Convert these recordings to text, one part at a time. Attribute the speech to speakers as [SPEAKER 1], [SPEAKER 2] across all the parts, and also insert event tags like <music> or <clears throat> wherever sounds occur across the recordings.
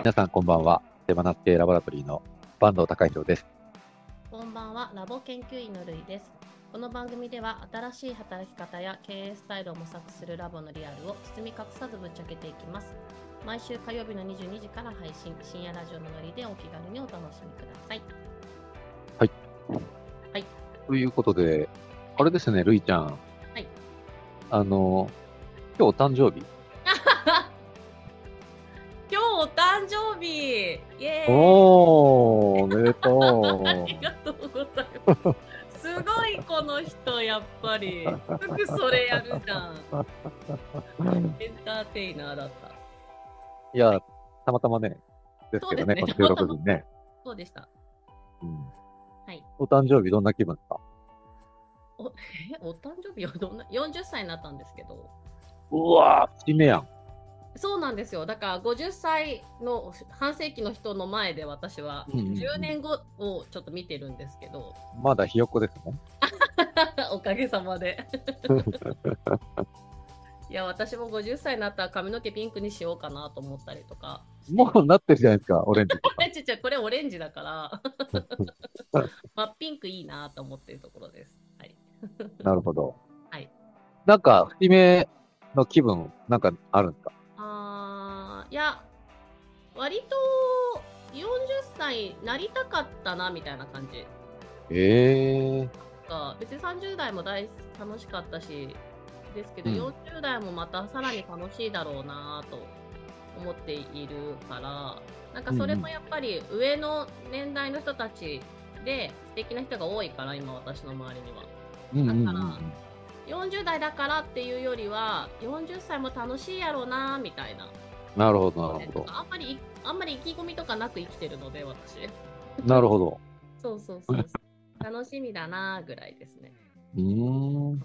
[SPEAKER 1] 皆さんこんばんは。手放ってラボラトリーの坂東隆弘です。
[SPEAKER 2] こんばんは、ラボ研究員のるいです。この番組では新しい働き方や経営スタイルを模索するラボのリアルを包み隠さずぶっちゃけていきます。毎週火曜日の22時から配信、深夜ラジオのノリでお気軽にお楽しみください。。
[SPEAKER 1] ということで、あれですね、るいちゃん。はいあの、今日お誕生日。
[SPEAKER 2] 今日お誕生日イエーイ
[SPEAKER 1] おー、おめでと
[SPEAKER 2] ありがとうございます。すごいこの人やっぱりすぐそれやるじゃん <laughs> エンターテイナーだった
[SPEAKER 1] う。いや、たまたまね、ですけどね、
[SPEAKER 2] そうです
[SPEAKER 1] こ
[SPEAKER 2] ね
[SPEAKER 1] の収録日に
[SPEAKER 2] <laughs>
[SPEAKER 1] ね。
[SPEAKER 2] そうでした
[SPEAKER 1] うん
[SPEAKER 2] い
[SPEAKER 1] お誕生日どんな気分ですか
[SPEAKER 2] えお誕生日はどんな40歳になったんですけど
[SPEAKER 1] うわー、節目やん。
[SPEAKER 2] そうなんですよだから50歳の半世紀の人の前で私は
[SPEAKER 1] うんうんうん
[SPEAKER 2] 10年後をちょっと見てるんですけど <laughs>
[SPEAKER 1] まだひよっこですね。
[SPEAKER 2] おかげさま
[SPEAKER 1] <laughs>
[SPEAKER 2] でいや私も50歳になったら髪の毛ピンクにしようかなと思ったりとか
[SPEAKER 1] もうなってるじゃないですか、オレンジ
[SPEAKER 2] <laughs>
[SPEAKER 1] とか。
[SPEAKER 2] えちっちゃいこれオレンジだから
[SPEAKER 1] <laughs>
[SPEAKER 2] 真っピンクいいなと思ってるところですはい
[SPEAKER 1] なるほど。
[SPEAKER 2] はい。
[SPEAKER 1] なんか、節目の気分、なんかあるんですか
[SPEAKER 2] あーいや割と40歳なりたかったなみたいな感じ
[SPEAKER 1] ええ
[SPEAKER 2] が別に30代も大楽しかったしですけど、
[SPEAKER 1] うん
[SPEAKER 2] 40代もまたさらに楽しいだろうなと思っているからなんかそれもやっぱり上の年代の人たちで素敵な人が多いから今私の周りには。
[SPEAKER 1] うんうんうんう
[SPEAKER 2] だから
[SPEAKER 1] ん。
[SPEAKER 2] 40代だからっていうよりは40歳も楽しいやろうなみたいな
[SPEAKER 1] なるほど、なるほど。
[SPEAKER 2] あんまりいあんまり意気込みとかなく生きてるので私
[SPEAKER 1] なるほど。
[SPEAKER 2] そうそ
[SPEAKER 1] <laughs>
[SPEAKER 2] うそうそう楽しみだなぐらいですね
[SPEAKER 1] うーん。
[SPEAKER 2] うんうんうん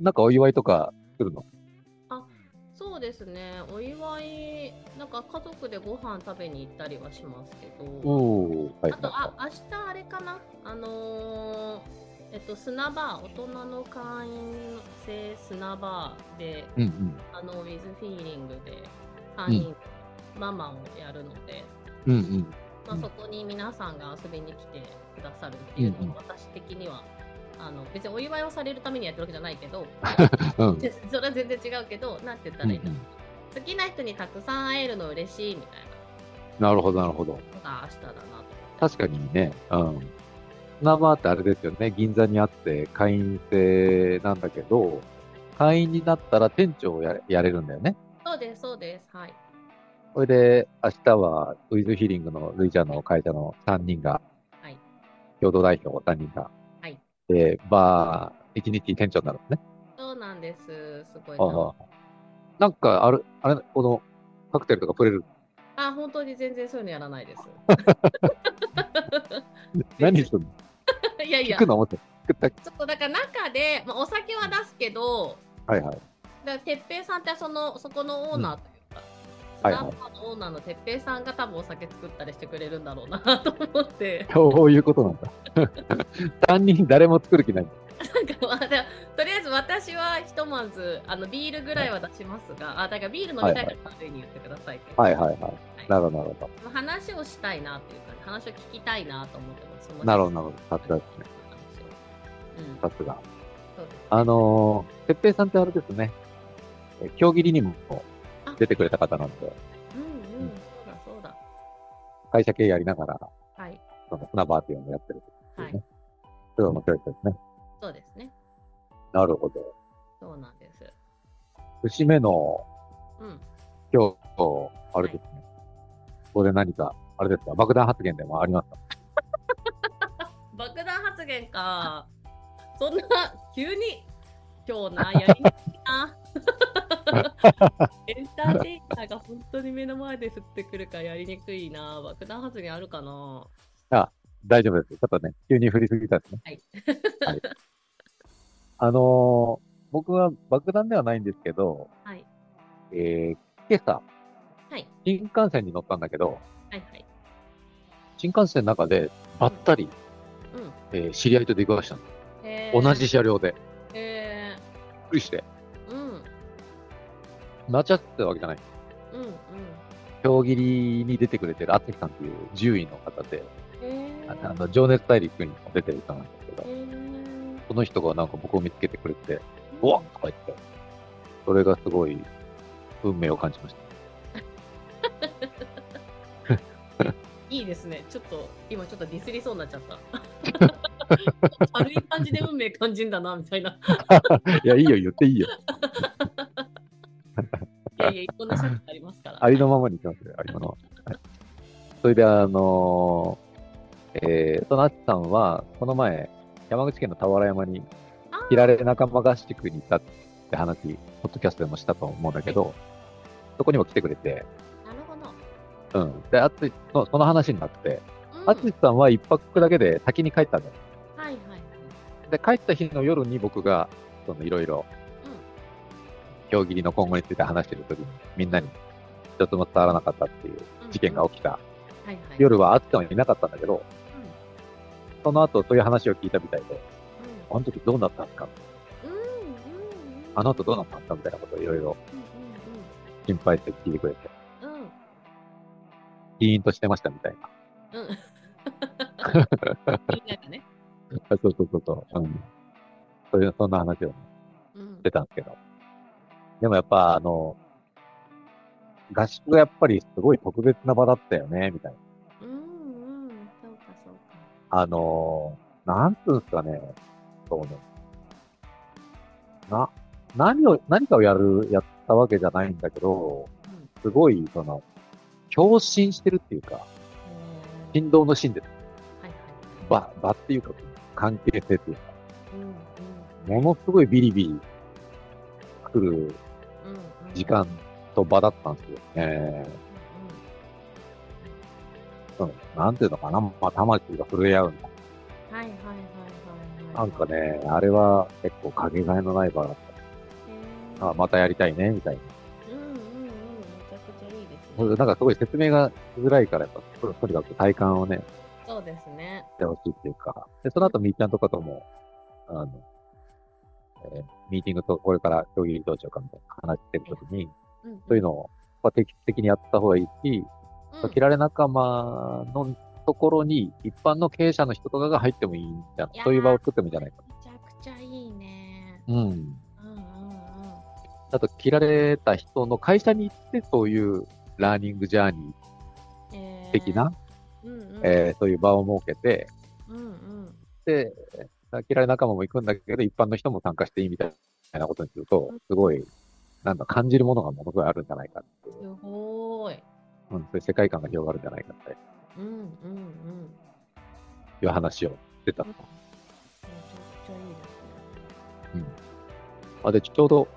[SPEAKER 1] なんかお祝いとかするの
[SPEAKER 2] そうですねお祝いなんか家族でご飯食べに行ったりはしますけど
[SPEAKER 1] おー。はい
[SPEAKER 2] あとあ明日あれかなあのーえっと砂場大人の会員制砂場で
[SPEAKER 1] うんうん。
[SPEAKER 2] あのウィズフィーリングで3人、ママをやるので、
[SPEAKER 1] うんうん。
[SPEAKER 2] まあ、
[SPEAKER 1] うん
[SPEAKER 2] そこに皆さんが遊びに来てくださるっていう
[SPEAKER 1] うんう
[SPEAKER 2] の
[SPEAKER 1] ん
[SPEAKER 2] は私的には、あの別にお祝いをされるためにやってるわけじゃないけど
[SPEAKER 1] うん。
[SPEAKER 2] <laughs> それは全然違うけどなんて言った
[SPEAKER 1] うん
[SPEAKER 2] ら
[SPEAKER 1] う
[SPEAKER 2] いいの、
[SPEAKER 1] ん、
[SPEAKER 2] 好きな人にたくさん会えるの嬉しいみたい
[SPEAKER 1] なるほど、なるほど。
[SPEAKER 2] なのが明日だなと思って。
[SPEAKER 1] 確かにね、うん。砂場ってあれですよね、銀座にあって会員制なんだけど、会員になったら店長をやれやれるんだよね。
[SPEAKER 2] そうですそうですはい
[SPEAKER 1] それで、明日はウィズヒーリングのルイちゃんの会社の3人が、
[SPEAKER 2] はい
[SPEAKER 1] 共同代表3人が、
[SPEAKER 2] はい
[SPEAKER 1] で、バー、1日店長になるんですね。
[SPEAKER 2] そうなんですすごい
[SPEAKER 1] あ
[SPEAKER 2] な
[SPEAKER 1] あなんか、ある、あれ、この、カクテルとかプレる。
[SPEAKER 2] あ本当に全然そういうのやらないです
[SPEAKER 1] <laughs> 何するの
[SPEAKER 2] いやい
[SPEAKER 1] 聞
[SPEAKER 2] や
[SPEAKER 1] くの思って。聞くだけ
[SPEAKER 2] そうだから中で、まあ、お酒は出すけど、
[SPEAKER 1] はいはい。
[SPEAKER 2] だから哲平さんってそのそこのオーナーという
[SPEAKER 1] う
[SPEAKER 2] か、
[SPEAKER 1] ん
[SPEAKER 2] スナッパーのオーナーの哲平さんが多分お酒作ったりしてくれるんだろうなと思って、
[SPEAKER 1] そういうことなんだ。3人 <laughs> 誰も作る気ない。
[SPEAKER 2] なんかまあでもとりあえず私はひとまずあのビールぐらいは出しますが、あだからビール飲みたい方は上に言ってくださいっていう
[SPEAKER 1] はいはいはい。なるほどなるほ
[SPEAKER 2] まあ話をしたいなというか、話を聞きたいなと思ってます。その
[SPEAKER 1] ど。なるほどなるほど。さすがですね。
[SPEAKER 2] うん、
[SPEAKER 1] さすが。
[SPEAKER 2] そうです
[SPEAKER 1] あのー、てっぺいさんってあれですね。え競技にも出てくれた方なんで、
[SPEAKER 2] うんうん、そうだそうだ。
[SPEAKER 1] 会社経営やりながら、
[SPEAKER 2] はい、
[SPEAKER 1] その砂バーっていうのをやってるって
[SPEAKER 2] は
[SPEAKER 1] いう
[SPEAKER 2] い
[SPEAKER 1] ね。、それは面白いですね。
[SPEAKER 2] そうですね。
[SPEAKER 1] なるほど。
[SPEAKER 2] そうなんです。
[SPEAKER 1] 節目の
[SPEAKER 2] うん。
[SPEAKER 1] 今日、あれですね。ここで何か、あれですか、爆弾発言でもありますか
[SPEAKER 2] 爆弾発言か。そんな急に今日なやりにくい
[SPEAKER 1] <laughs>
[SPEAKER 2] な。エンターテイナーが本当に目の前で振ってくるからやりにくいな。爆弾発言あるかな。
[SPEAKER 1] 大丈夫です。ちょっとね、急に振りすぎたんですね。
[SPEAKER 2] はい。
[SPEAKER 1] はい、あのー僕は爆弾ではないんですけど、
[SPEAKER 2] はい
[SPEAKER 1] えー、今朝、
[SPEAKER 2] はい
[SPEAKER 1] 新幹線に乗ったんだけど、
[SPEAKER 2] はいはい。
[SPEAKER 1] 新幹線の中でばったり、
[SPEAKER 2] うん
[SPEAKER 1] えー知り合いと出くわしたの。
[SPEAKER 2] え
[SPEAKER 1] 同じ。車両で。
[SPEAKER 2] え
[SPEAKER 1] びっくりして。
[SPEAKER 2] ー、うんうん
[SPEAKER 1] なっちゃってたわけじゃない。
[SPEAKER 2] うん
[SPEAKER 1] 評切りに出てくれてる厚木さんっていう獣医の方で、
[SPEAKER 2] え
[SPEAKER 1] あ
[SPEAKER 2] ー
[SPEAKER 1] あの、情熱大陸にも出てる人なんですけど
[SPEAKER 2] え、ー
[SPEAKER 1] その人がなんか僕を見つけてくれて、うわっとか言って、それがすごい運命を感じました。
[SPEAKER 2] いいですね。ちょっと、今ちょっとディスりそうになっち
[SPEAKER 1] <laughs>
[SPEAKER 2] ゃった。軽い感じで運命感じんだな、みたいな。
[SPEAKER 1] いや、いいよ、言っていいよ。
[SPEAKER 2] いやいや、いろんな作品ありますから。
[SPEAKER 1] ありのままに言ってますよ、ありのまま。はいそれで、あのーえー、そのあっさんは、この前、山口県の俵山に、
[SPEAKER 2] あ
[SPEAKER 1] ひられ仲間合宿に行ったって話、ポッドキャストでもしたと思うんだけど、そこにも来てくれて、
[SPEAKER 2] なるほ
[SPEAKER 1] う
[SPEAKER 2] ど。
[SPEAKER 1] ん。で、あつしそその話になって、
[SPEAKER 2] うん
[SPEAKER 1] あつしさんは一泊だけで先に帰ったんだよ。
[SPEAKER 2] はいはいはい。
[SPEAKER 1] で、帰った日の夜に僕が、そのいろいろ、競技の今後について話してるときに、みんなに、一つも伝わらなかったっていう事件が
[SPEAKER 2] うん
[SPEAKER 1] 起きた
[SPEAKER 2] うんはいはい、
[SPEAKER 1] 夜はあったのにいなかったんだけど、
[SPEAKER 2] うんうん
[SPEAKER 1] その後そういう話を聞いたみたいで、あの時どうなったんですか
[SPEAKER 2] うんうんうん
[SPEAKER 1] あの後どうなったんですかみたいなことをいろいろ
[SPEAKER 2] う
[SPEAKER 1] 心配して聞いてくれて、
[SPEAKER 2] んうんうんうん
[SPEAKER 1] ピーンとしてましたみたいな。 <laughs>
[SPEAKER 2] うんみんながね。
[SPEAKER 1] そうそうそうそう。うん。そういう、そんな話をね
[SPEAKER 2] うん
[SPEAKER 1] してたんですけど。でもやっぱ、あの、合宿がやっぱりすごい特別な場だったよね、みたいな。
[SPEAKER 2] うんうん。そうかそうか。
[SPEAKER 1] あのー、なんつうんすかね、そうね。な、何を、何かをやる、やったわけじゃないんだけど、
[SPEAKER 2] うん
[SPEAKER 1] すごい、その、共振してるっていうか、
[SPEAKER 2] へー
[SPEAKER 1] 振動の振です。
[SPEAKER 2] はいはいはい。
[SPEAKER 1] 場、場っていうか、関係性っていうか、
[SPEAKER 2] うんうん
[SPEAKER 1] ものすごいビリビリ来る
[SPEAKER 2] うんうん
[SPEAKER 1] 時間と場だったんですよね。うん、なんていうのかな、まあ、魂が震え合うの。
[SPEAKER 2] うんはいはいはいはい
[SPEAKER 1] な
[SPEAKER 2] はい。
[SPEAKER 1] んかね、あれは結構かけがえのない場だっ
[SPEAKER 2] へー
[SPEAKER 1] た。あ、またやりたいね、みたいな。
[SPEAKER 2] うんうんうん、めちゃくちゃいいですね。
[SPEAKER 1] これなんかすごい説明がしづらいから、やっぱととにかく体感をね、
[SPEAKER 2] そうですね。
[SPEAKER 1] してほしいっていうか、で、その後、みーちゃんとかとも、あの、えーミーティングとこれから競技どうしようかみたいな話してるときに、
[SPEAKER 2] うん
[SPEAKER 1] そういうのをまあ定期的にやった方がいいし、
[SPEAKER 2] うん
[SPEAKER 1] キラレ仲間のところに一般の経営者の人とかが入ってもいいんじゃない
[SPEAKER 2] いやー
[SPEAKER 1] そういう場を作ってもいいんじゃないか。
[SPEAKER 2] めちゃくちゃいいね。
[SPEAKER 1] うん。
[SPEAKER 2] うんうんうん。
[SPEAKER 1] あと、切られた人の会社に行って、そういうラーニングジャーニ
[SPEAKER 2] えー
[SPEAKER 1] ー的な、
[SPEAKER 2] うんうん
[SPEAKER 1] えーそういう場を設けて、
[SPEAKER 2] うんうん
[SPEAKER 1] で、キラレ仲間も行くんだけど、一般の人も参加していいみたいなことにすると、すごい、なんだ、感じるものがものすごいあるんじゃないかっていう、
[SPEAKER 2] すごーい。
[SPEAKER 1] うん、そういう世界観が広がるんじゃないかって
[SPEAKER 2] うんうんうん。
[SPEAKER 1] いう話をしてた
[SPEAKER 2] めち。ゃくちゃいい
[SPEAKER 1] あで、ちょうど、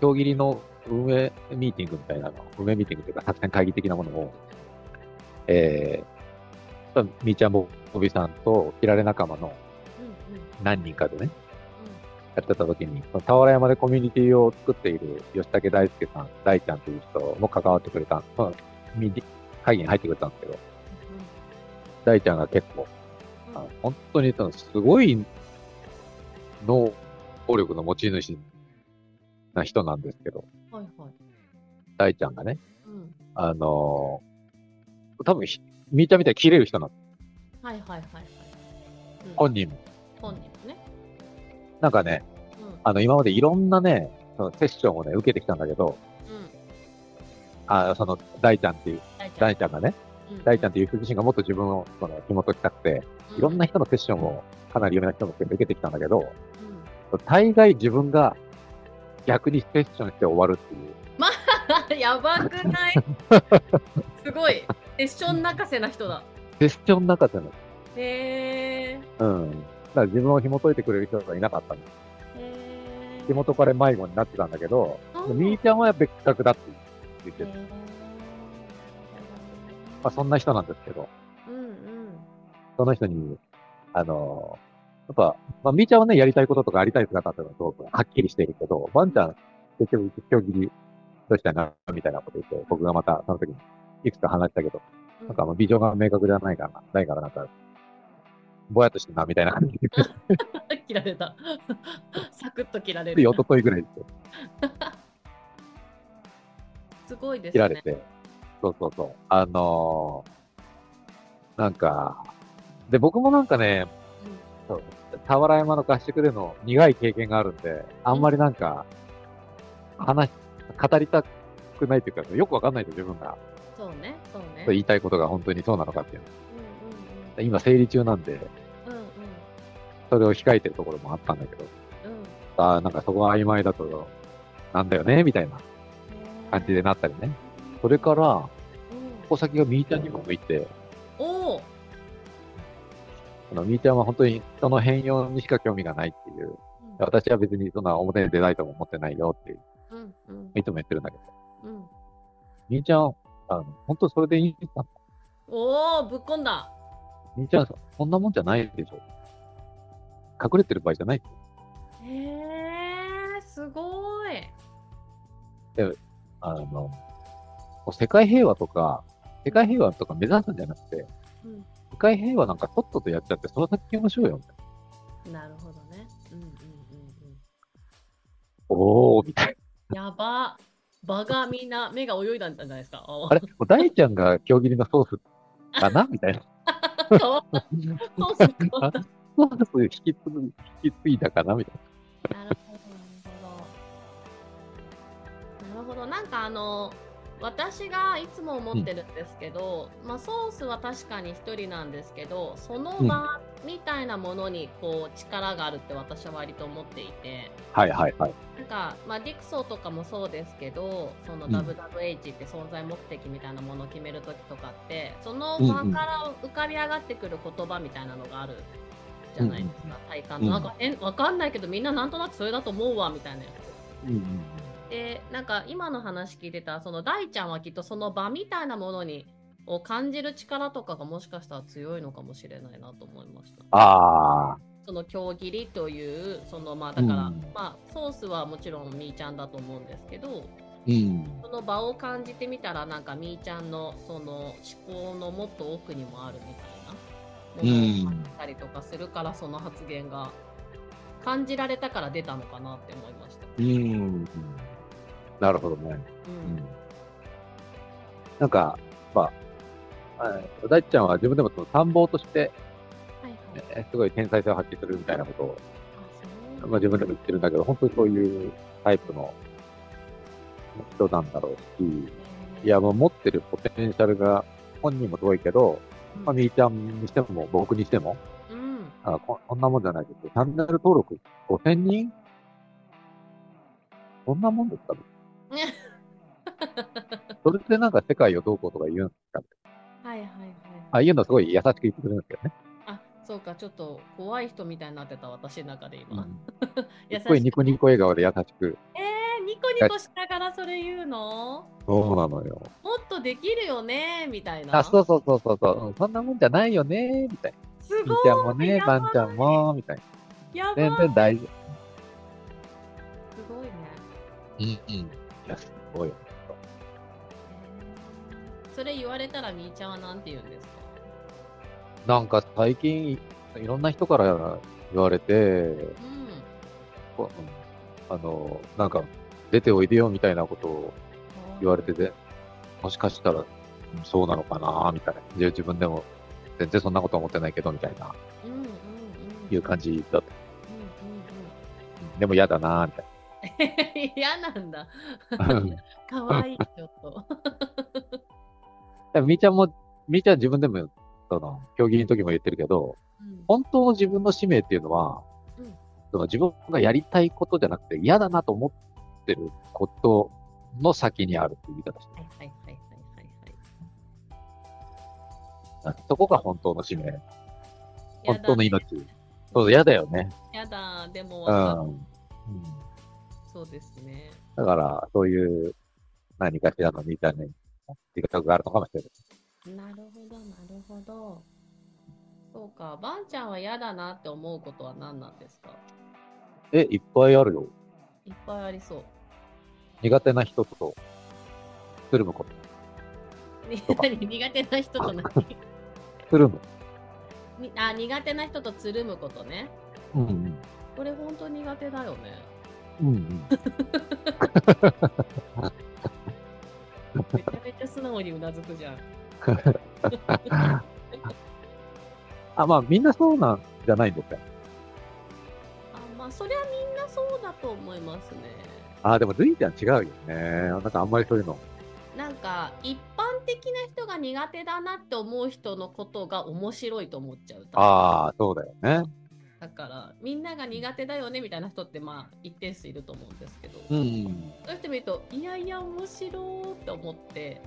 [SPEAKER 1] 今日切りの運営ミーティングみたいなの、運営ミーティングというか、作戦会議的なものを、えー、みーちゃんも、おびさんと、キラレ仲間の
[SPEAKER 2] ですね。うんうんうん。
[SPEAKER 1] 何人かでね、やってた時に、その俵山でコミュニティを作っている吉武大輔さん、大ちゃんという人も関わってくれた、そのミーティ会議に入ってくれたんですけど、大ちゃんが結構、あの本当にそのすごい能力の持ち主な人なんですけど、
[SPEAKER 2] うんはいはい。
[SPEAKER 1] 大ちゃんがね、
[SPEAKER 2] うん。
[SPEAKER 1] あのー多分ひ、みーちゃんみたいに切れる人なの、
[SPEAKER 2] はいはいはいはい。うん
[SPEAKER 1] 本人も。
[SPEAKER 2] 本人もね。
[SPEAKER 1] なんかね、
[SPEAKER 2] うんうん
[SPEAKER 1] あの、今までいろんなね、そのセッションをね、受けてきたんだけど、。あその、大ちゃんっていう、
[SPEAKER 2] 大ち
[SPEAKER 1] 大ちゃ
[SPEAKER 2] ゃん
[SPEAKER 1] んがね、
[SPEAKER 2] うう
[SPEAKER 1] 大ちゃんという人自身がもっと自分をその紐解きたくて、いろんな人のセッションをかなり有名な人も受けてきたんだけど、
[SPEAKER 2] うんうん
[SPEAKER 1] 大概自分が逆にセッションして終わるっていう。
[SPEAKER 2] <laughs> やばくないすごい。セッション泣かせな人だ。
[SPEAKER 1] セッションなかったの。
[SPEAKER 2] へえ。
[SPEAKER 1] うん。だから自分を紐解いてくれる人がいなかったの。
[SPEAKER 2] へ
[SPEAKER 1] 紐解かれ迷子になってたんだけど、
[SPEAKER 2] ー
[SPEAKER 1] みーちゃんは別格だって言って
[SPEAKER 2] へ
[SPEAKER 1] て、
[SPEAKER 2] ー
[SPEAKER 1] まあそんな人なんですけど、
[SPEAKER 2] うんうん。
[SPEAKER 1] その人に、あのやっぱ、まあ、みーちゃんはね、やりたいこととかありたい姿っていうのがすごくはっきりしているけど、ワンちゃん、結局、一挙切り、どうしたいな、みたいなこと言って、僕がまた、その時に、いくつか話したけど、なんか、ビジョンが明確じゃないからな、ないからなんか、ぼやっとしてんな、みたいな感じで言っ
[SPEAKER 2] 切られた。サクッと切られ
[SPEAKER 1] て、
[SPEAKER 2] る
[SPEAKER 1] お。とといぐらいですよ
[SPEAKER 2] すごいですね。
[SPEAKER 1] 切られて、そうそうそう。あのーなんか、で、僕もなんかね、そう俵山の合宿での苦い経験があるんで、あんまりなんか、話、語りたくないっていうか、よくわかんないと自分が
[SPEAKER 2] そうね、そうね。
[SPEAKER 1] 言いたいことが本当にそうなのかっていう
[SPEAKER 2] う
[SPEAKER 1] の。今、整理中なんで、
[SPEAKER 2] んうんうん。うん
[SPEAKER 1] それを控えてるところもあったんだけど、
[SPEAKER 2] うんうん。
[SPEAKER 1] あーなんかそこは曖昧だと、なんだよね、みたいな感じでなったりね。それから、ここ先がみーちゃんにも向いて、
[SPEAKER 2] おお
[SPEAKER 1] あのみーちゃんは本当に人の変容にしか興味がないっていう、私は別にそんな表に出ないとも思ってないよっていう、
[SPEAKER 2] うんうん
[SPEAKER 1] いつも言ってるんだけど、
[SPEAKER 2] うん
[SPEAKER 1] みーちゃん、あの本当それでいいんだ
[SPEAKER 2] おおぶっこんだ
[SPEAKER 1] みーちゃん、そんなもんじゃないでしょ。隠れてる場合じゃないって。
[SPEAKER 2] へえすごい
[SPEAKER 1] あの、もう世界平和とか、世界平和とか目指すんじゃなくて、
[SPEAKER 2] うん
[SPEAKER 1] 世界平和なんかとっととやっちゃって、その先決めましょうよ、みたいな。
[SPEAKER 2] なるほどねうんうんうんうん
[SPEAKER 1] おー、みたいな。
[SPEAKER 2] やば。場がみんな目が泳いだんじゃないですか。あ
[SPEAKER 1] あれもう大ちゃんが今日切りのソースかなみ <laughs> たいな。
[SPEAKER 2] <laughs> 変わった。そうそう変わった。
[SPEAKER 1] ソースを引き継ぐ、引き継いだかなみたい
[SPEAKER 2] なるほど、なるほど。なるほど。なんかあの、私がいつも思ってるんですけど、まあソースは確かに一人なんですけど、その場みたいなものにこう力があるって私は割と思っていて。
[SPEAKER 1] な。はいはいはい。
[SPEAKER 2] なんか、まあ、ディクソーとかもそうですけど、その
[SPEAKER 1] うん
[SPEAKER 2] WWH って存在目的みたいなものを決めるときとかって、その
[SPEAKER 1] うんうん
[SPEAKER 2] 場から浮かび上がってくる言葉みたいなのがあるじゃないですか、体感の。なんか、え、わかんないけど、みんななんとなくそれだと思うわ、みたいなや
[SPEAKER 1] うんうん。
[SPEAKER 2] つ。で、なんか、今の話聞いてた、その大ちゃんはきっとその場みたいなものに、を感じる力とかがもしかしたら強いのかもしれないなと思いました。
[SPEAKER 1] あ
[SPEAKER 2] その強切りというそのまあだから、
[SPEAKER 1] うん
[SPEAKER 2] まあソースはもちろんみーちゃんだと思うんですけど
[SPEAKER 1] ー。うん
[SPEAKER 2] そ。の場を感じてみたらなんかみーちゃんのその思考のもっと奥にもあるみたいなものを感じたりとかするから、その発言が感じられたから出たのかなって思いました。
[SPEAKER 1] うん。なるほどね。
[SPEAKER 2] うん
[SPEAKER 1] うん。なんか、まあ、はい大ちゃんは自分でもその参謀として、
[SPEAKER 2] はいはい
[SPEAKER 1] えすごい天才性を発揮するみたいなことを、
[SPEAKER 2] あそう
[SPEAKER 1] まあ、自分でも言ってるんだけど、本当にそういうタイプの人なんだろうし、いや、もう持ってるポテンシャルが本人もすごいけど、
[SPEAKER 2] うん
[SPEAKER 1] まあ、みーちゃんにしても、僕にしても、
[SPEAKER 2] うん
[SPEAKER 1] あここんなもんじゃないですけど、チャンネル登録5000人そんなもん
[SPEAKER 2] <laughs>
[SPEAKER 1] ですかね
[SPEAKER 2] ね
[SPEAKER 1] それでなんか世界をどうこうとか言うんですかね
[SPEAKER 2] はいはいはい
[SPEAKER 1] ああいうのはすごい優しく言ってくれるんですけどね。
[SPEAKER 2] あそうかちょっと怖い人みたいになってた私の中で今、優し
[SPEAKER 1] すごいニコニコ笑顔で優しく。
[SPEAKER 2] えーニコニコしながらそれ言うの
[SPEAKER 1] そうなのよ。
[SPEAKER 2] もっとできるよねみたいな
[SPEAKER 1] あ、そうそうそうそうそううん。そんなもんじゃないよね、みたいな。
[SPEAKER 2] すごい
[SPEAKER 1] みーちゃんもね、
[SPEAKER 2] やば
[SPEAKER 1] ば
[SPEAKER 2] い
[SPEAKER 1] んちゃんも、みたいな。
[SPEAKER 2] やばい
[SPEAKER 1] 全然大丈夫。
[SPEAKER 2] すごいね、
[SPEAKER 1] うんうん。いや、すごいよ。
[SPEAKER 2] それ言われたらみーちゃんはなんて言うんですか
[SPEAKER 1] なんか最近、いろんな人から言われて、
[SPEAKER 2] うん
[SPEAKER 1] こあの、なんか、出ておいでよみたいなことを言われてて、もしかしたら、うんそうなのかなみたいな。で自分でも、全然そんなこと思ってないけど、みたいな、
[SPEAKER 2] うんうんうん
[SPEAKER 1] いう感じだった。
[SPEAKER 2] うん
[SPEAKER 1] うんでも嫌だなみたい
[SPEAKER 2] うんうん <laughs> 嫌なんだ
[SPEAKER 1] な。うん
[SPEAKER 2] 可愛いちょっと
[SPEAKER 1] でもみーちゃんも、みーちゃん自分でも、その、競技の時も言ってるけど、
[SPEAKER 2] うん
[SPEAKER 1] 本当の自分の使命っていうのは、
[SPEAKER 2] うん
[SPEAKER 1] その自分がやりたいことじゃなくて、嫌だなと思ってることの先にあるっていう言い方して
[SPEAKER 2] はいはいはいはいはい
[SPEAKER 1] るそこが本当の使命。
[SPEAKER 2] や
[SPEAKER 1] 本
[SPEAKER 2] だ
[SPEAKER 1] 当の命。そう、嫌だよね。
[SPEAKER 2] やだでも
[SPEAKER 1] う
[SPEAKER 2] わか
[SPEAKER 1] ん。うん
[SPEAKER 2] そうですね
[SPEAKER 1] だから、そういう、何かしらのみーちゃんに、自覚があるのかもしれない。
[SPEAKER 2] なるほど、なるほど。そうか、ばんちゃんは嫌だなって思うことは何なんですか
[SPEAKER 1] え、いっぱいあるよ。
[SPEAKER 2] いっぱいありそう。
[SPEAKER 1] 苦手な人と、つるむこと。
[SPEAKER 2] 何 <laughs> 苦手な人と何 <laughs>
[SPEAKER 1] つるむ。
[SPEAKER 2] にあ苦手な人とつるむことね。
[SPEAKER 1] うんうん。
[SPEAKER 2] これ本当苦手
[SPEAKER 1] <laughs>
[SPEAKER 2] だよね。
[SPEAKER 1] うんうん。
[SPEAKER 2] めちゃめちゃ素直にうなずくじゃん。
[SPEAKER 1] あ、まあみんなそうなんじゃないんですよ。
[SPEAKER 2] あまあ、そりゃみんなそうだと思いますね。
[SPEAKER 1] あ、でもルイちゃん違うよね。なんかあんまりそういうの。
[SPEAKER 2] なんか、一般的な人が苦手だなって思う人のことが面白いと思っちゃうタイプ。
[SPEAKER 1] ああ、そうだよね。
[SPEAKER 2] だから、みんなが苦手だよねみたいな人って、まあ、一定数いると思うんですけど、
[SPEAKER 1] う
[SPEAKER 2] そ
[SPEAKER 1] ん。
[SPEAKER 2] うしてみると、いやいや、面白いって思って、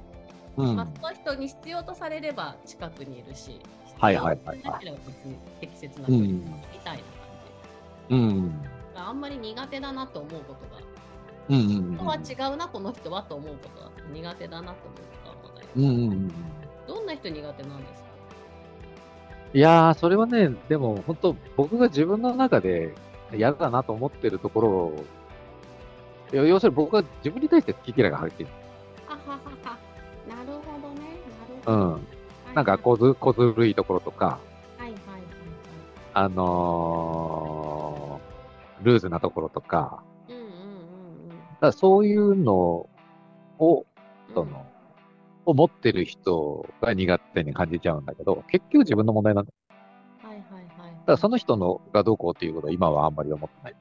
[SPEAKER 1] うん。
[SPEAKER 2] まあ、その人に必要とされれば近くにいるし、
[SPEAKER 1] はいはいはいはい
[SPEAKER 2] 必要とされなければ別に適切な人にいる
[SPEAKER 1] うん
[SPEAKER 2] みたいな感
[SPEAKER 1] うん。
[SPEAKER 2] じ。あんまり苦手だなと思うことが
[SPEAKER 1] うんうん
[SPEAKER 2] 人は違うな、この人はと思うことは苦手だなと思うことはあんまない。
[SPEAKER 1] うんうんうん。
[SPEAKER 2] どんな人苦手なんですか
[SPEAKER 1] いやー、それはね、でも本当、僕が自分の中で嫌だなと思ってるところを、要要するに僕は自分に対して好き嫌いが激しい。
[SPEAKER 2] あははは。なるほどね。
[SPEAKER 1] う
[SPEAKER 2] なるほど。
[SPEAKER 1] ん。なんか
[SPEAKER 2] う。
[SPEAKER 1] こず、こずるいところとか、
[SPEAKER 2] はいはいはい
[SPEAKER 1] あのールーズなところとか、
[SPEAKER 2] はい。うんうんうんうん。
[SPEAKER 1] だからそういうのを、
[SPEAKER 2] うん
[SPEAKER 1] その、を持ってる人が苦手に感じちゃうんだけど、結局自分の問題なんだ。
[SPEAKER 2] はいはいはい。
[SPEAKER 1] だからその人のがどうこうっていうことは今はあんまり思ってない。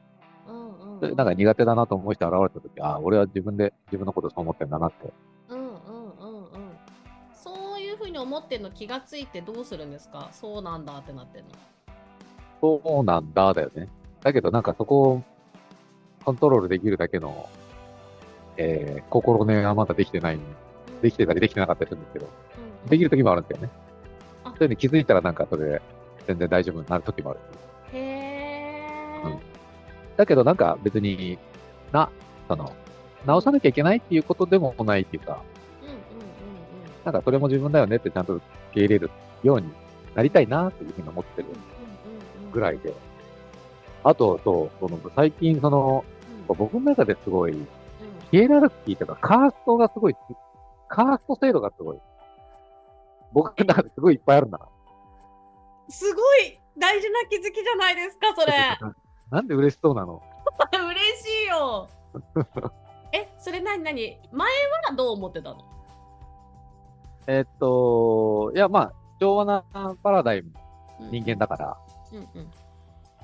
[SPEAKER 2] うんうん
[SPEAKER 1] で
[SPEAKER 2] うん。
[SPEAKER 1] なんか苦手だなと思う人現れたとき、ああ、俺は自分で、自分のことそう思ってんだなって。
[SPEAKER 2] うんうんうんうん。そういうふうに思ってんの気がついてどうするんですかそうなんだってなってんの。
[SPEAKER 1] そうなんだ、だよね。だけどなんかそこをコントロールできるだけの、えー、心根がまだできてない、できてたりできてなかったりするんですけど、
[SPEAKER 2] うんうん
[SPEAKER 1] できるときもあるんですよね。
[SPEAKER 2] あ
[SPEAKER 1] そういうの気づいたらなんかそれで全然大丈夫になるときもある。
[SPEAKER 2] へえ。
[SPEAKER 1] うんだけどなんか別にな、その、直さなきゃいけないっていうことでもないっていうか、
[SPEAKER 2] うんうんうんうん。
[SPEAKER 1] なんかそれも自分だよねってちゃんと受け入れるようになりたいなっていうふうに思ってるぐらいで。あと、そう、その最近その、
[SPEAKER 2] うん
[SPEAKER 1] 僕の中ですごい、ヒエラルキーとかカーストがすごい、カースト制度がすごい。僕の中ですごいいっぱいあるんだな。
[SPEAKER 2] すごい大事な気づきじゃないですかそれ
[SPEAKER 1] なんで嬉しそうなの
[SPEAKER 2] <laughs> 嬉しいよ <laughs> えそれ何何前はどう思ってたの
[SPEAKER 1] えっと、いや、まあ、昭和なパラダイム人間だから、
[SPEAKER 2] うんうん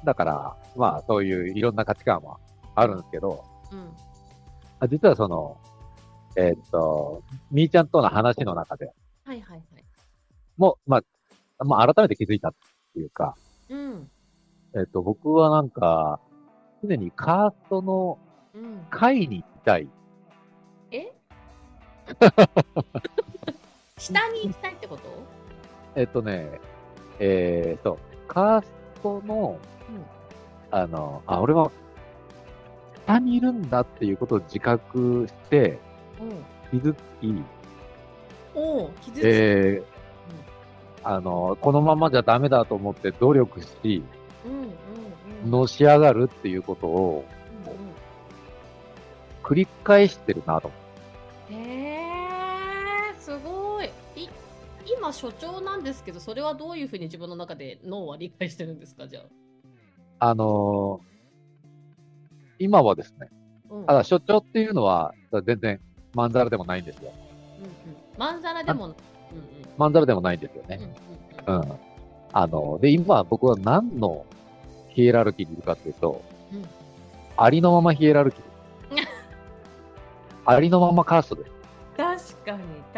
[SPEAKER 1] だから、まあ、そういういろんな価値観はあるんですけど、
[SPEAKER 2] うん
[SPEAKER 1] あ実はその、えっと、みーちゃんとの話の中で
[SPEAKER 2] はいはいはい
[SPEAKER 1] もう、まあ、まあ、改めて気づいたっていうか、
[SPEAKER 2] うん
[SPEAKER 1] えっと、僕はなんか、常にカーストの
[SPEAKER 2] うん
[SPEAKER 1] 会に行きたい。 <laughs>
[SPEAKER 2] え下に行きたいってこと
[SPEAKER 1] えっとね、えー、と、カーストの、
[SPEAKER 2] うん
[SPEAKER 1] あの、あ、俺は、下にいるんだっていうことを自覚して、
[SPEAKER 2] うん
[SPEAKER 1] 気づき、
[SPEAKER 2] おう傷つ
[SPEAKER 1] えーあの、このままじゃダメだと思って努力し、
[SPEAKER 2] うんうんうん
[SPEAKER 1] のし上がるっていうことを
[SPEAKER 2] うん
[SPEAKER 1] 繰り返してるなと思って。
[SPEAKER 2] うんへえすごいい今所長なんですけどそれはどういうふうに自分の中で脳は理解してるんですかじゃあ
[SPEAKER 1] あのー今はですね、
[SPEAKER 2] うん
[SPEAKER 1] ただ所長っていうのは全然まんざらでもないんですよ。
[SPEAKER 2] うんうんまんざらでも、うんうん
[SPEAKER 1] まんざらでもないんですよね。
[SPEAKER 2] う
[SPEAKER 1] うんん。あの、で、今僕は何のヒエラルキーにいるかっていうと、
[SPEAKER 2] うん
[SPEAKER 1] ありのままヒエラ
[SPEAKER 2] <laughs>
[SPEAKER 1] ルキーです。ありのままカーストです。
[SPEAKER 2] 確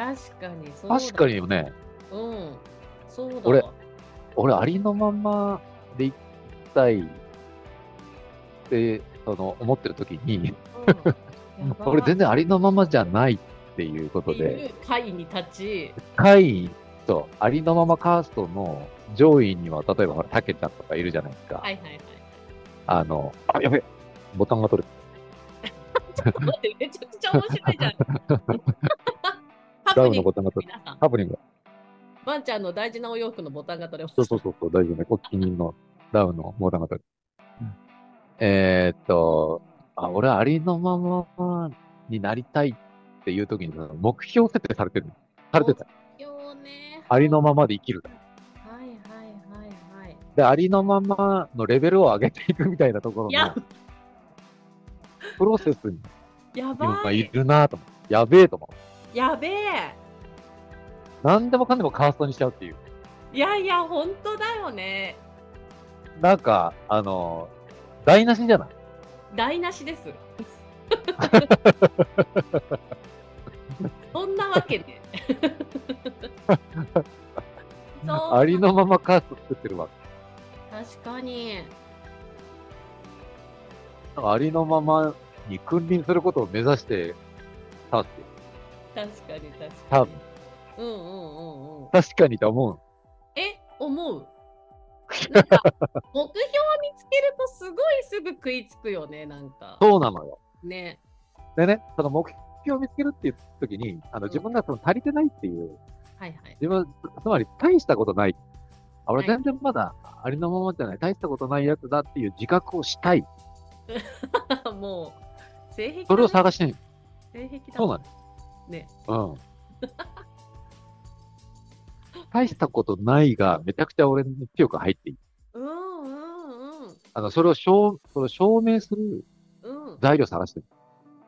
[SPEAKER 2] かに確かにそうだ
[SPEAKER 1] 確かによね、
[SPEAKER 2] うんそうだわ
[SPEAKER 1] 俺俺ありのままでいきたいって、その、思ってる時に、
[SPEAKER 2] うんやば
[SPEAKER 1] <laughs> 俺全然ありのままじゃないっていうこと
[SPEAKER 2] って
[SPEAKER 1] で、
[SPEAKER 2] いう会に立
[SPEAKER 1] <laughs>
[SPEAKER 2] ち
[SPEAKER 1] 会とありのままカーストの上位には、例えばほら、たけちゃんとかいるじゃないですか。
[SPEAKER 2] はいはいはい
[SPEAKER 1] あの、あ、やべえ、ボタンが取れ
[SPEAKER 2] 待ってめちゃくちゃ面白
[SPEAKER 1] <laughs>
[SPEAKER 2] いじゃんハ
[SPEAKER 1] た。ダ
[SPEAKER 2] プ
[SPEAKER 1] ウンの
[SPEAKER 2] ニング
[SPEAKER 1] ボタンが取れ
[SPEAKER 2] 皆さん
[SPEAKER 1] た。ハプニング。
[SPEAKER 2] ワンちゃんの大事なお洋服のボタンが取れまし
[SPEAKER 1] そ
[SPEAKER 2] た
[SPEAKER 1] うそうそうそう、大丈夫ね。お気に入りのダウンのボタンが取れた。えーっと、あ、俺はありのままになりたいっていう時に、その目標設定されてる。されてた。
[SPEAKER 2] よね
[SPEAKER 1] ありのままで生きる。
[SPEAKER 2] はいはいはいはい
[SPEAKER 1] で、ありのままのレベルを上げていくみたいなところの
[SPEAKER 2] や
[SPEAKER 1] プロセスに
[SPEAKER 2] や
[SPEAKER 1] 自分
[SPEAKER 2] ば
[SPEAKER 1] がい
[SPEAKER 2] い
[SPEAKER 1] るなぁと思って。やべえと思う。
[SPEAKER 2] やべえ。
[SPEAKER 1] なんでもかんでもカーストにしちゃうっていう。
[SPEAKER 2] いやいや、本当だよね。
[SPEAKER 1] なんか、あの、台無しじゃない
[SPEAKER 2] 台無し
[SPEAKER 1] <laughs>
[SPEAKER 2] です。そんなわけね。
[SPEAKER 1] <laughs>
[SPEAKER 2] そう
[SPEAKER 1] ありのままカースト作ってるわ。
[SPEAKER 2] 確かに。
[SPEAKER 1] なんかありのままに君臨することを目指してたって、
[SPEAKER 2] 確かに、確か
[SPEAKER 1] 多分、
[SPEAKER 2] に。うんうんうんうん。
[SPEAKER 1] 確かにと思う。
[SPEAKER 2] え、思うなんか目標見つけるとすごいすぐ食いつくよね、なんか。
[SPEAKER 1] そうなのよ。
[SPEAKER 2] ね。
[SPEAKER 1] でね、その目標を見つけるっていう時に、あの
[SPEAKER 2] うん
[SPEAKER 1] 自分がその足りてないっていう、
[SPEAKER 2] はいはい。
[SPEAKER 1] 自分、つまり大したことない。あ、俺
[SPEAKER 2] はい
[SPEAKER 1] 全然まだありのままじゃない、大したことないやつだっていう自覚をしたい。
[SPEAKER 2] <laughs> もう、性癖
[SPEAKER 1] それを
[SPEAKER 2] だね
[SPEAKER 1] 探してる。
[SPEAKER 2] 性癖だ
[SPEAKER 1] そうな
[SPEAKER 2] ね
[SPEAKER 1] の。
[SPEAKER 2] ね。
[SPEAKER 1] うん。大したことないが、めちゃくちゃ俺に強く入っている。
[SPEAKER 2] うんうんうん。
[SPEAKER 1] あの、それを証、それを証明する
[SPEAKER 2] うん、
[SPEAKER 1] 材料探してる。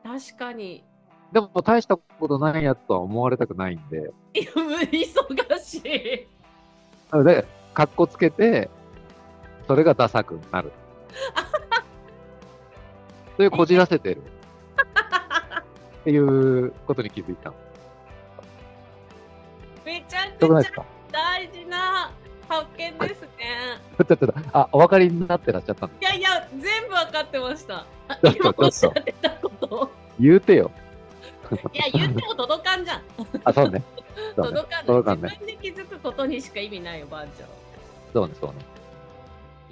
[SPEAKER 2] 確かに。
[SPEAKER 1] でも、大したことないやつとは思われたくないんで、
[SPEAKER 2] いや無理忙しい。
[SPEAKER 1] なので、かっこつけて、それがダサくなる。それをこじらせてる。っていうことに気づいた。
[SPEAKER 2] めちゃ
[SPEAKER 1] どこな
[SPEAKER 2] く
[SPEAKER 1] い
[SPEAKER 2] ち
[SPEAKER 1] で
[SPEAKER 2] ゃ
[SPEAKER 1] すか
[SPEAKER 2] 大事な発見ですね。
[SPEAKER 1] ちょっとちょっとあ、お分かりになってらっしゃったんで
[SPEAKER 2] いやいや、全部分かってました。あ
[SPEAKER 1] ちょっと
[SPEAKER 2] 今おっ
[SPEAKER 1] ち
[SPEAKER 2] し
[SPEAKER 1] ょ
[SPEAKER 2] ゃ
[SPEAKER 1] っ
[SPEAKER 2] ってたこと。
[SPEAKER 1] 言うてよ。
[SPEAKER 2] いや、言っても届かんじゃん。
[SPEAKER 1] あ、そうね。そうね。
[SPEAKER 2] 届かん
[SPEAKER 1] 届かん
[SPEAKER 2] な
[SPEAKER 1] ね
[SPEAKER 2] い。自分で気づくことにしか意味ないよ、ばあちゃん。
[SPEAKER 1] そうね。そうね。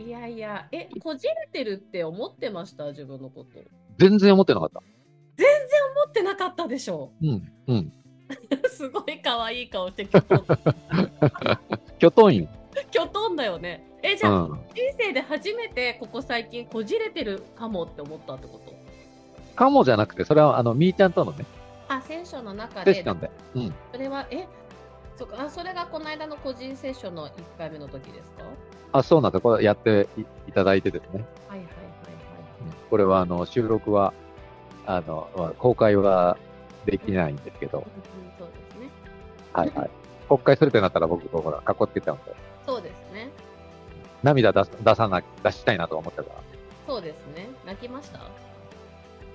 [SPEAKER 2] いやいや、え、こじれてるって思ってました、自分のこと。思
[SPEAKER 1] 全然思ってなかった。
[SPEAKER 2] ってなかったでしょ。
[SPEAKER 1] うん。うん。
[SPEAKER 2] <laughs> すごい可愛い顔して <laughs> きょとん、
[SPEAKER 1] キョトンよ。
[SPEAKER 2] きょとんだよね。え、じ
[SPEAKER 1] う
[SPEAKER 2] ゃあ、
[SPEAKER 1] ん。
[SPEAKER 2] 人生で初めてここ最近こじれてるかもって思ったってこと
[SPEAKER 1] かもじゃなくて、それは、あの、みーちゃんとのね、
[SPEAKER 2] あセッションの中
[SPEAKER 1] セ
[SPEAKER 2] で
[SPEAKER 1] ッションで。うん。
[SPEAKER 2] それはえそっかあそれがこの間の個人セッションの1回目の時ですか
[SPEAKER 1] あ、そうなんだ。これやっていいただいてですね。
[SPEAKER 2] はい
[SPEAKER 1] う
[SPEAKER 2] はいはい
[SPEAKER 1] んこれは、あの、収録は、あの、まあ公開はできないんですけ
[SPEAKER 2] は
[SPEAKER 1] ど、
[SPEAKER 2] い、うん、そうですね
[SPEAKER 1] はい
[SPEAKER 2] <laughs>
[SPEAKER 1] はい。公開するってなったら僕、ほら、かっこつけちゃうんで、
[SPEAKER 2] そうですね
[SPEAKER 1] 涙出す出さな、出したいなと思ったから、
[SPEAKER 2] そうですね泣きました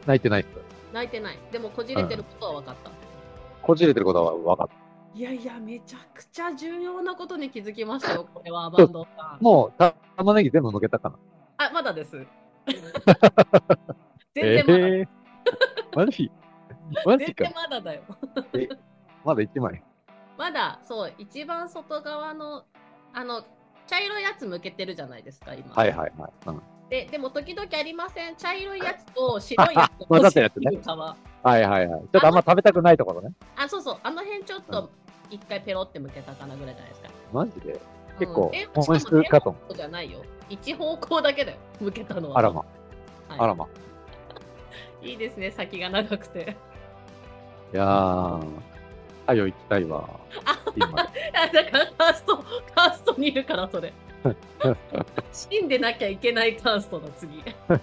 [SPEAKER 1] 泣いてないです。
[SPEAKER 2] 泣いてないでもこじれてることは分かった、
[SPEAKER 1] こじれてることは分かった。
[SPEAKER 2] いやいやめちゃくちゃ重要なことに気づきましたよこ
[SPEAKER 1] <laughs>
[SPEAKER 2] れはバンドさん
[SPEAKER 1] もう、た玉ねぎ全部抜けたかな。
[SPEAKER 2] あまだです
[SPEAKER 1] <laughs> え
[SPEAKER 2] 全然まだ、
[SPEAKER 1] えー。マジマジ
[SPEAKER 2] 全
[SPEAKER 1] か
[SPEAKER 2] 然。まだだよ
[SPEAKER 1] まだ1枚。
[SPEAKER 2] まだそう一番外側のあの茶色いやつ向けてるじゃないですか今、
[SPEAKER 1] はいはいはい。うん、
[SPEAKER 2] ででも時々ありません茶色いやつと白いやつと
[SPEAKER 1] 混ざってるやつね
[SPEAKER 2] 欲しい皮
[SPEAKER 1] はいはいはい。ちょっとあんま食べたくないところね。
[SPEAKER 2] あそうそうあの辺ちょっ
[SPEAKER 1] う
[SPEAKER 2] と一回ペロって向けたかなぐらいじゃないですか、
[SPEAKER 1] マジで
[SPEAKER 2] うん
[SPEAKER 1] 結構
[SPEAKER 2] えし、
[SPEAKER 1] 本質かと思う。
[SPEAKER 2] そうじゃないよ一方向だけだよ向けたのは
[SPEAKER 1] あらま、
[SPEAKER 2] はい
[SPEAKER 1] あらま。
[SPEAKER 2] いいですね先が長くて
[SPEAKER 1] いやー、はよ行きたいわ。今。
[SPEAKER 2] あだからカーストカーストにいるからそれ死んでなきゃいけないカーストの <laughs> 次えー、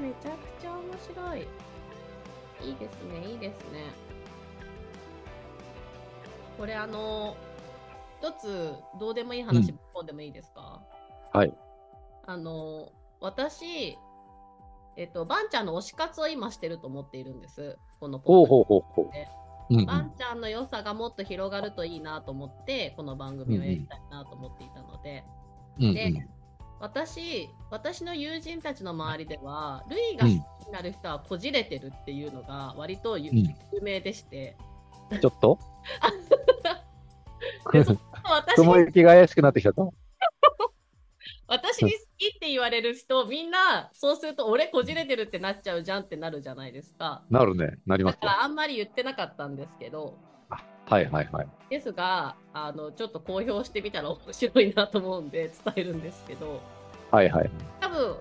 [SPEAKER 2] めちゃくちゃ面白いいいですねいいですねこれあの一つどうでもいい話
[SPEAKER 1] う
[SPEAKER 2] ぶっこんでもいいですか、
[SPEAKER 1] はい
[SPEAKER 2] あの私えっとばんちゃんの推し活を今してると思っているんですこのポ
[SPEAKER 1] ほ
[SPEAKER 2] ッドキャスト
[SPEAKER 1] うほうほうほう。うんう
[SPEAKER 2] ワン
[SPEAKER 1] ん、
[SPEAKER 2] ちゃんの良さがもっと広がるといいなと思ってこの番組をやりたいなと思っていたので、
[SPEAKER 1] うんう
[SPEAKER 2] で
[SPEAKER 1] ん。
[SPEAKER 2] 私私の友人たちの周りではルイが好きになる人はこじれてるっていうのが割と有
[SPEAKER 1] うん
[SPEAKER 2] 有名
[SPEAKER 1] <laughs>
[SPEAKER 2] でして、
[SPEAKER 1] ちょっ
[SPEAKER 2] <laughs>
[SPEAKER 1] と
[SPEAKER 2] でそ私
[SPEAKER 1] 雲
[SPEAKER 2] に
[SPEAKER 1] 行きが怪しくなってきちゃった。
[SPEAKER 2] 私に好きって言われる人みんなそうすると俺こじれてるってなっちゃうじゃんってなるじゃないですか
[SPEAKER 1] なるね。なりま
[SPEAKER 2] だ
[SPEAKER 1] す
[SPEAKER 2] か
[SPEAKER 1] よ。
[SPEAKER 2] らあんまり言ってなかったんですけど
[SPEAKER 1] あはいはいはい。
[SPEAKER 2] ですがあのちょっと公表してみたら面白いなと思うんで伝えるんですけど。
[SPEAKER 1] はいはい。
[SPEAKER 2] 多分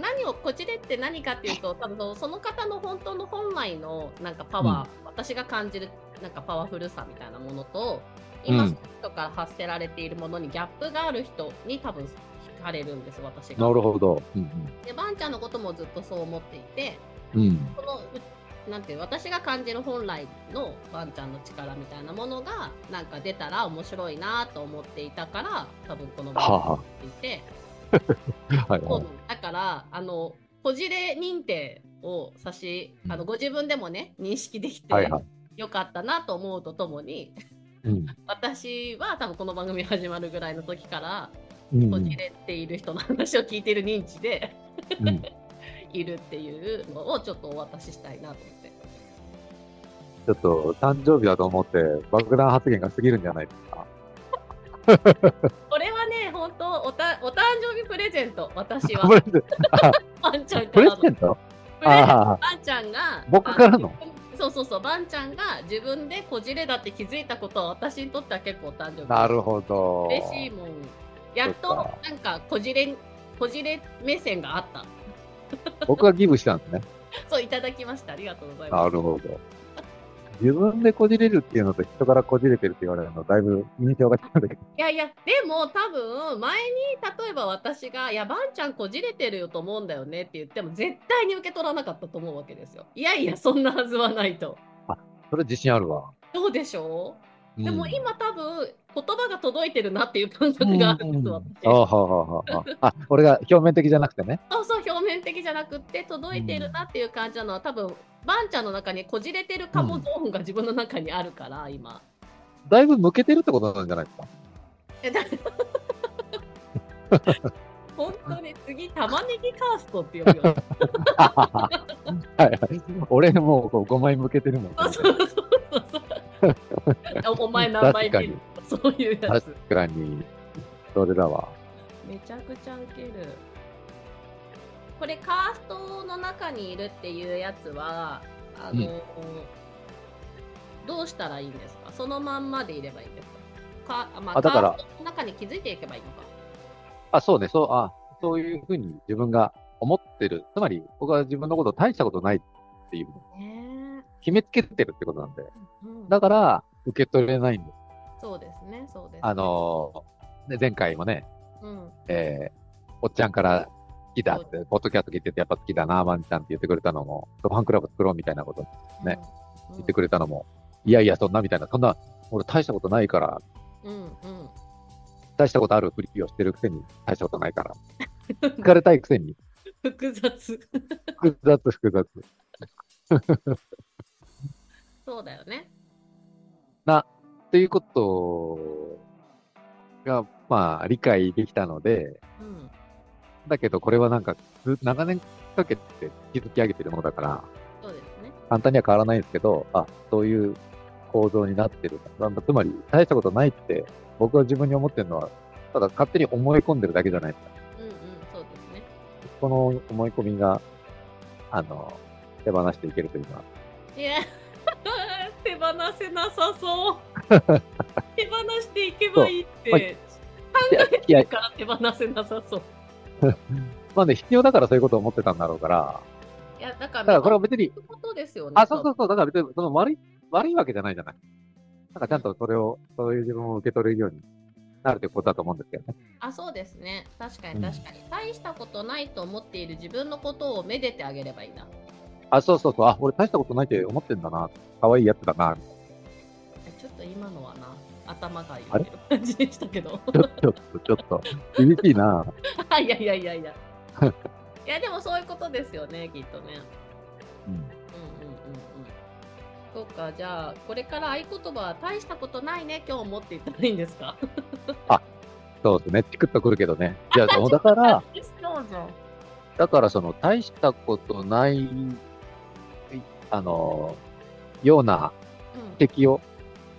[SPEAKER 2] 何をこじれって何かっていうと多分そのその方の本当の本来のなんかパワー、私が感じるなんかパワフルさみたいなものと今、
[SPEAKER 1] うん
[SPEAKER 2] その人から発せられているものにギャップがある人に多分惹かれるんです私が。
[SPEAKER 1] なるほど。うん
[SPEAKER 2] でばんちゃんのこともずっとそう思っていて
[SPEAKER 1] うん。うん。
[SPEAKER 2] このうなんていう私が感じる本来のワンちゃんの力みたいなものがなんか出たら面白いなと思っていたから多分この番
[SPEAKER 1] は
[SPEAKER 2] 組について、
[SPEAKER 1] あ、はい
[SPEAKER 2] そう
[SPEAKER 1] は
[SPEAKER 2] ないのだからあのこじれ認定を差しあのご自分でもね認識できて
[SPEAKER 1] はいはい
[SPEAKER 2] よかったなと思うとともに、 <laughs>
[SPEAKER 1] うん
[SPEAKER 2] 私は多分この番組始まるぐらいの時から
[SPEAKER 1] うん
[SPEAKER 2] こじれている人の話を聞いてる認知で <laughs>
[SPEAKER 1] うん
[SPEAKER 2] いるっていうのをちょっとお渡ししたいなと思って。
[SPEAKER 1] ちょっと誕生日だと思って爆弾発言が過ぎるんじゃないですか。
[SPEAKER 2] これはね、本当おた、お誕生日プレゼント、私は
[SPEAKER 1] プ。レゼン
[SPEAKER 2] バンちゃん
[SPEAKER 1] ト
[SPEAKER 2] か
[SPEAKER 1] プレゼント
[SPEAKER 2] らの。プレゼント
[SPEAKER 1] ああ、
[SPEAKER 2] バンちゃんが。
[SPEAKER 1] 僕からの
[SPEAKER 2] あ自分そうそうそう、バンちゃんが自分でこじれだって気づいたことは、私にとっては結構お誕生日。
[SPEAKER 1] なるほど。
[SPEAKER 2] 嬉しいもん。やっと、
[SPEAKER 1] そっか
[SPEAKER 2] なんか、こじれ、こじれ目線があった。
[SPEAKER 1] 僕はギブしたんですね。
[SPEAKER 2] そう、いただきました。ありがとうござい
[SPEAKER 1] な
[SPEAKER 2] ます。
[SPEAKER 1] るほど。自分でこじれるっていうのと人からこじれてるって言われるのだいぶ印象が違うんだけど。
[SPEAKER 2] いやいや、でも多分、前に、例えば私が、いや、バンちゃんこじれてるよと思うんだよねって言っても、絶対に受け取らなかったと思うわけですよ。いやいや、そんなはずはないと。
[SPEAKER 1] それ自信あるわ。
[SPEAKER 2] どうでしょ
[SPEAKER 1] う
[SPEAKER 2] う、
[SPEAKER 1] ん
[SPEAKER 2] でも今多分言葉が届いてるなっていう感覚があるんです、
[SPEAKER 1] うんあ
[SPEAKER 2] 私
[SPEAKER 1] はあはあはあ。あ、俺が表面的じゃなくてね。
[SPEAKER 2] そうそう表面的じゃなくって届いてるなっていう感じなのは多分バンちゃんの中にこじれてるかも
[SPEAKER 1] うん
[SPEAKER 2] ゾーンが自分の中にあるから今。
[SPEAKER 1] だいぶ向けてるってことなんじゃないですか。 <laughs>
[SPEAKER 2] えだ本当に次玉ねぎカーストって呼ぶよ。
[SPEAKER 1] はいはい。俺もうこう5枚向けてるもん。
[SPEAKER 2] そうそうそうそう。おお前何枚目
[SPEAKER 1] 確
[SPEAKER 2] そういうやつ
[SPEAKER 1] 確。かに、それだわ。
[SPEAKER 2] めちゃくちゃウケるこれカーストの中にいるっていうやつはあの、どうしたらいいんですかそのまんまでいればいいんですかか、まあ、
[SPEAKER 1] あだから
[SPEAKER 2] カーストの中に気づいていけばいいのか
[SPEAKER 1] あ、そうね、そう、あ、そういうふうに自分が思ってる。つまり、僕は自分のことを大したことないっていう、
[SPEAKER 2] ね
[SPEAKER 1] 決めつけてるってことなんで。
[SPEAKER 2] うん、
[SPEAKER 1] だから、受け取れないんです。
[SPEAKER 2] そうですねそうですね
[SPEAKER 1] あのーね、前回もね、
[SPEAKER 2] うん
[SPEAKER 1] えーおっちゃんから好きだって、ポッドキャスト聞いててやっぱ好きだな、まんちゃんって言ってくれたのも、ファンクラブ作ろうみたいなことね言ってく
[SPEAKER 2] れ
[SPEAKER 1] れたのも、いやいや、そんなみたいな、そんな、俺大したことないから、
[SPEAKER 2] うんうん
[SPEAKER 1] 大したことあるふりをしてるくせに、大したことないから、疲れたいくせに、
[SPEAKER 2] <laughs> 複雑
[SPEAKER 1] 複雑複雑
[SPEAKER 2] そうだよね
[SPEAKER 1] っていうことが、まあ、理解できたので、
[SPEAKER 2] うん
[SPEAKER 1] だけどこれはなんか、ず長年かけて築き上げてるものだから、
[SPEAKER 2] そうですね
[SPEAKER 1] 簡単には変わらないんですけど、あ、そういう構造になってる。なんだつまり、大したことないって、僕が自分に思ってるのは、ただ勝手に思い込んでるだけじゃないですか。
[SPEAKER 2] うんうんそうですね
[SPEAKER 1] この思い込みが、あの、手放していけるというのは。
[SPEAKER 2] いや <laughs> 手放せなさそう
[SPEAKER 1] <laughs>
[SPEAKER 2] 手放していけばいいって、
[SPEAKER 1] そういや、いや
[SPEAKER 2] だ、から手放せなさそう
[SPEAKER 1] まあね、必要だからそういうことを思ってたんだろうから、
[SPEAKER 2] いやだか
[SPEAKER 1] だ
[SPEAKER 2] ら
[SPEAKER 1] からこれは別に
[SPEAKER 2] そういうことですよね
[SPEAKER 1] あ、そうそうそう、だから別にその悪い、悪いわけじゃないじゃない。なんかちゃんとそれを、そういう自分を受け取れるようになるということだと思うんですけどね。
[SPEAKER 2] あそうですね確か
[SPEAKER 1] うん
[SPEAKER 2] に確かに、大したことないと思っている自分のことをめでてあげればいいな
[SPEAKER 1] あ、そうそうそう、あ、俺大したことないって思ってんだな、可愛いやつだな、
[SPEAKER 2] ちょっと今のはな頭が揺れる感じでしたけど
[SPEAKER 1] ちょっと、ちょっと、ちょっと、厳しいな。
[SPEAKER 2] あ <laughs> いやいやいやいやいやでもそういうことですよねきっとね
[SPEAKER 1] うん、
[SPEAKER 2] うんうんうんうんそっかじゃあこれから合言葉は大したことないね今日もって言ったらいいんですか
[SPEAKER 1] そうですね、チクッとくるけどね。じゃあ、そうだから、
[SPEAKER 2] そうぞ
[SPEAKER 1] だからその、大したことない、あの、ような指摘を、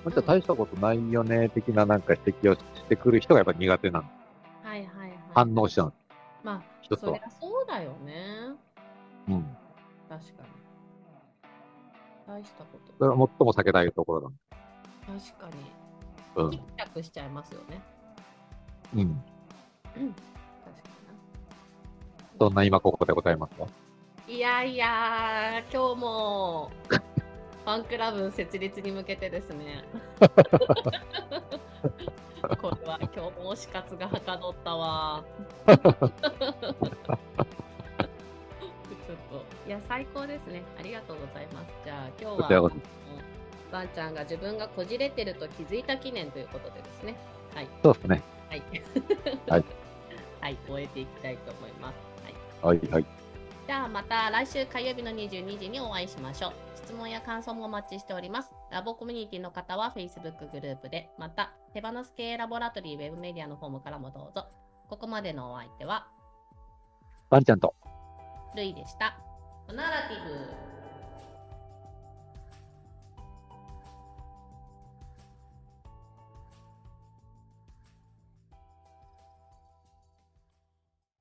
[SPEAKER 1] もしくは大したことないよね、的ななんか指摘をしてくる人がやっぱ苦手なの。
[SPEAKER 2] はいはいはい
[SPEAKER 1] 反応しちゃうの、
[SPEAKER 2] ま
[SPEAKER 1] 一
[SPEAKER 2] あ
[SPEAKER 1] つ
[SPEAKER 2] そり
[SPEAKER 1] は。
[SPEAKER 2] ゃそうだよね
[SPEAKER 1] うん。
[SPEAKER 2] 確かに大したこと
[SPEAKER 1] それは最も避けたいところなの。
[SPEAKER 2] 確かに
[SPEAKER 1] うん
[SPEAKER 2] ギ。クシャクしちゃいますよね <clears throat>
[SPEAKER 1] うん。
[SPEAKER 2] うん確か
[SPEAKER 1] そんな今ここでございますか
[SPEAKER 2] にいやいやー今日もファンクラブ設立に向けてです
[SPEAKER 1] <laughs>
[SPEAKER 2] ねこれは今日も推し活がはかどっ
[SPEAKER 1] <laughs>
[SPEAKER 2] たわちょっと優最高ですね。ありがとうございます。じゃあ今
[SPEAKER 1] こ
[SPEAKER 2] 日
[SPEAKER 1] ちら
[SPEAKER 2] は
[SPEAKER 1] こそ。
[SPEAKER 2] ワンちゃんが自分がこじれてると気づいた記念ということでですね。はい。
[SPEAKER 1] そうですね。
[SPEAKER 2] はい。
[SPEAKER 1] はい。
[SPEAKER 2] <laughs> はい、終えていきたいと思います。はい。
[SPEAKER 1] はいはい。
[SPEAKER 2] じゃあまた来週火曜日の22時にお会いしましょう。質問や感想もお待ちしております。ラボコミュニティの方は Facebook グループで、また手放す系ラボラトリーウェブメディアのフォームからもどうぞ。ここまでのお相手は
[SPEAKER 1] ワンちゃんと。
[SPEAKER 2] ルイでした。ナラティブ。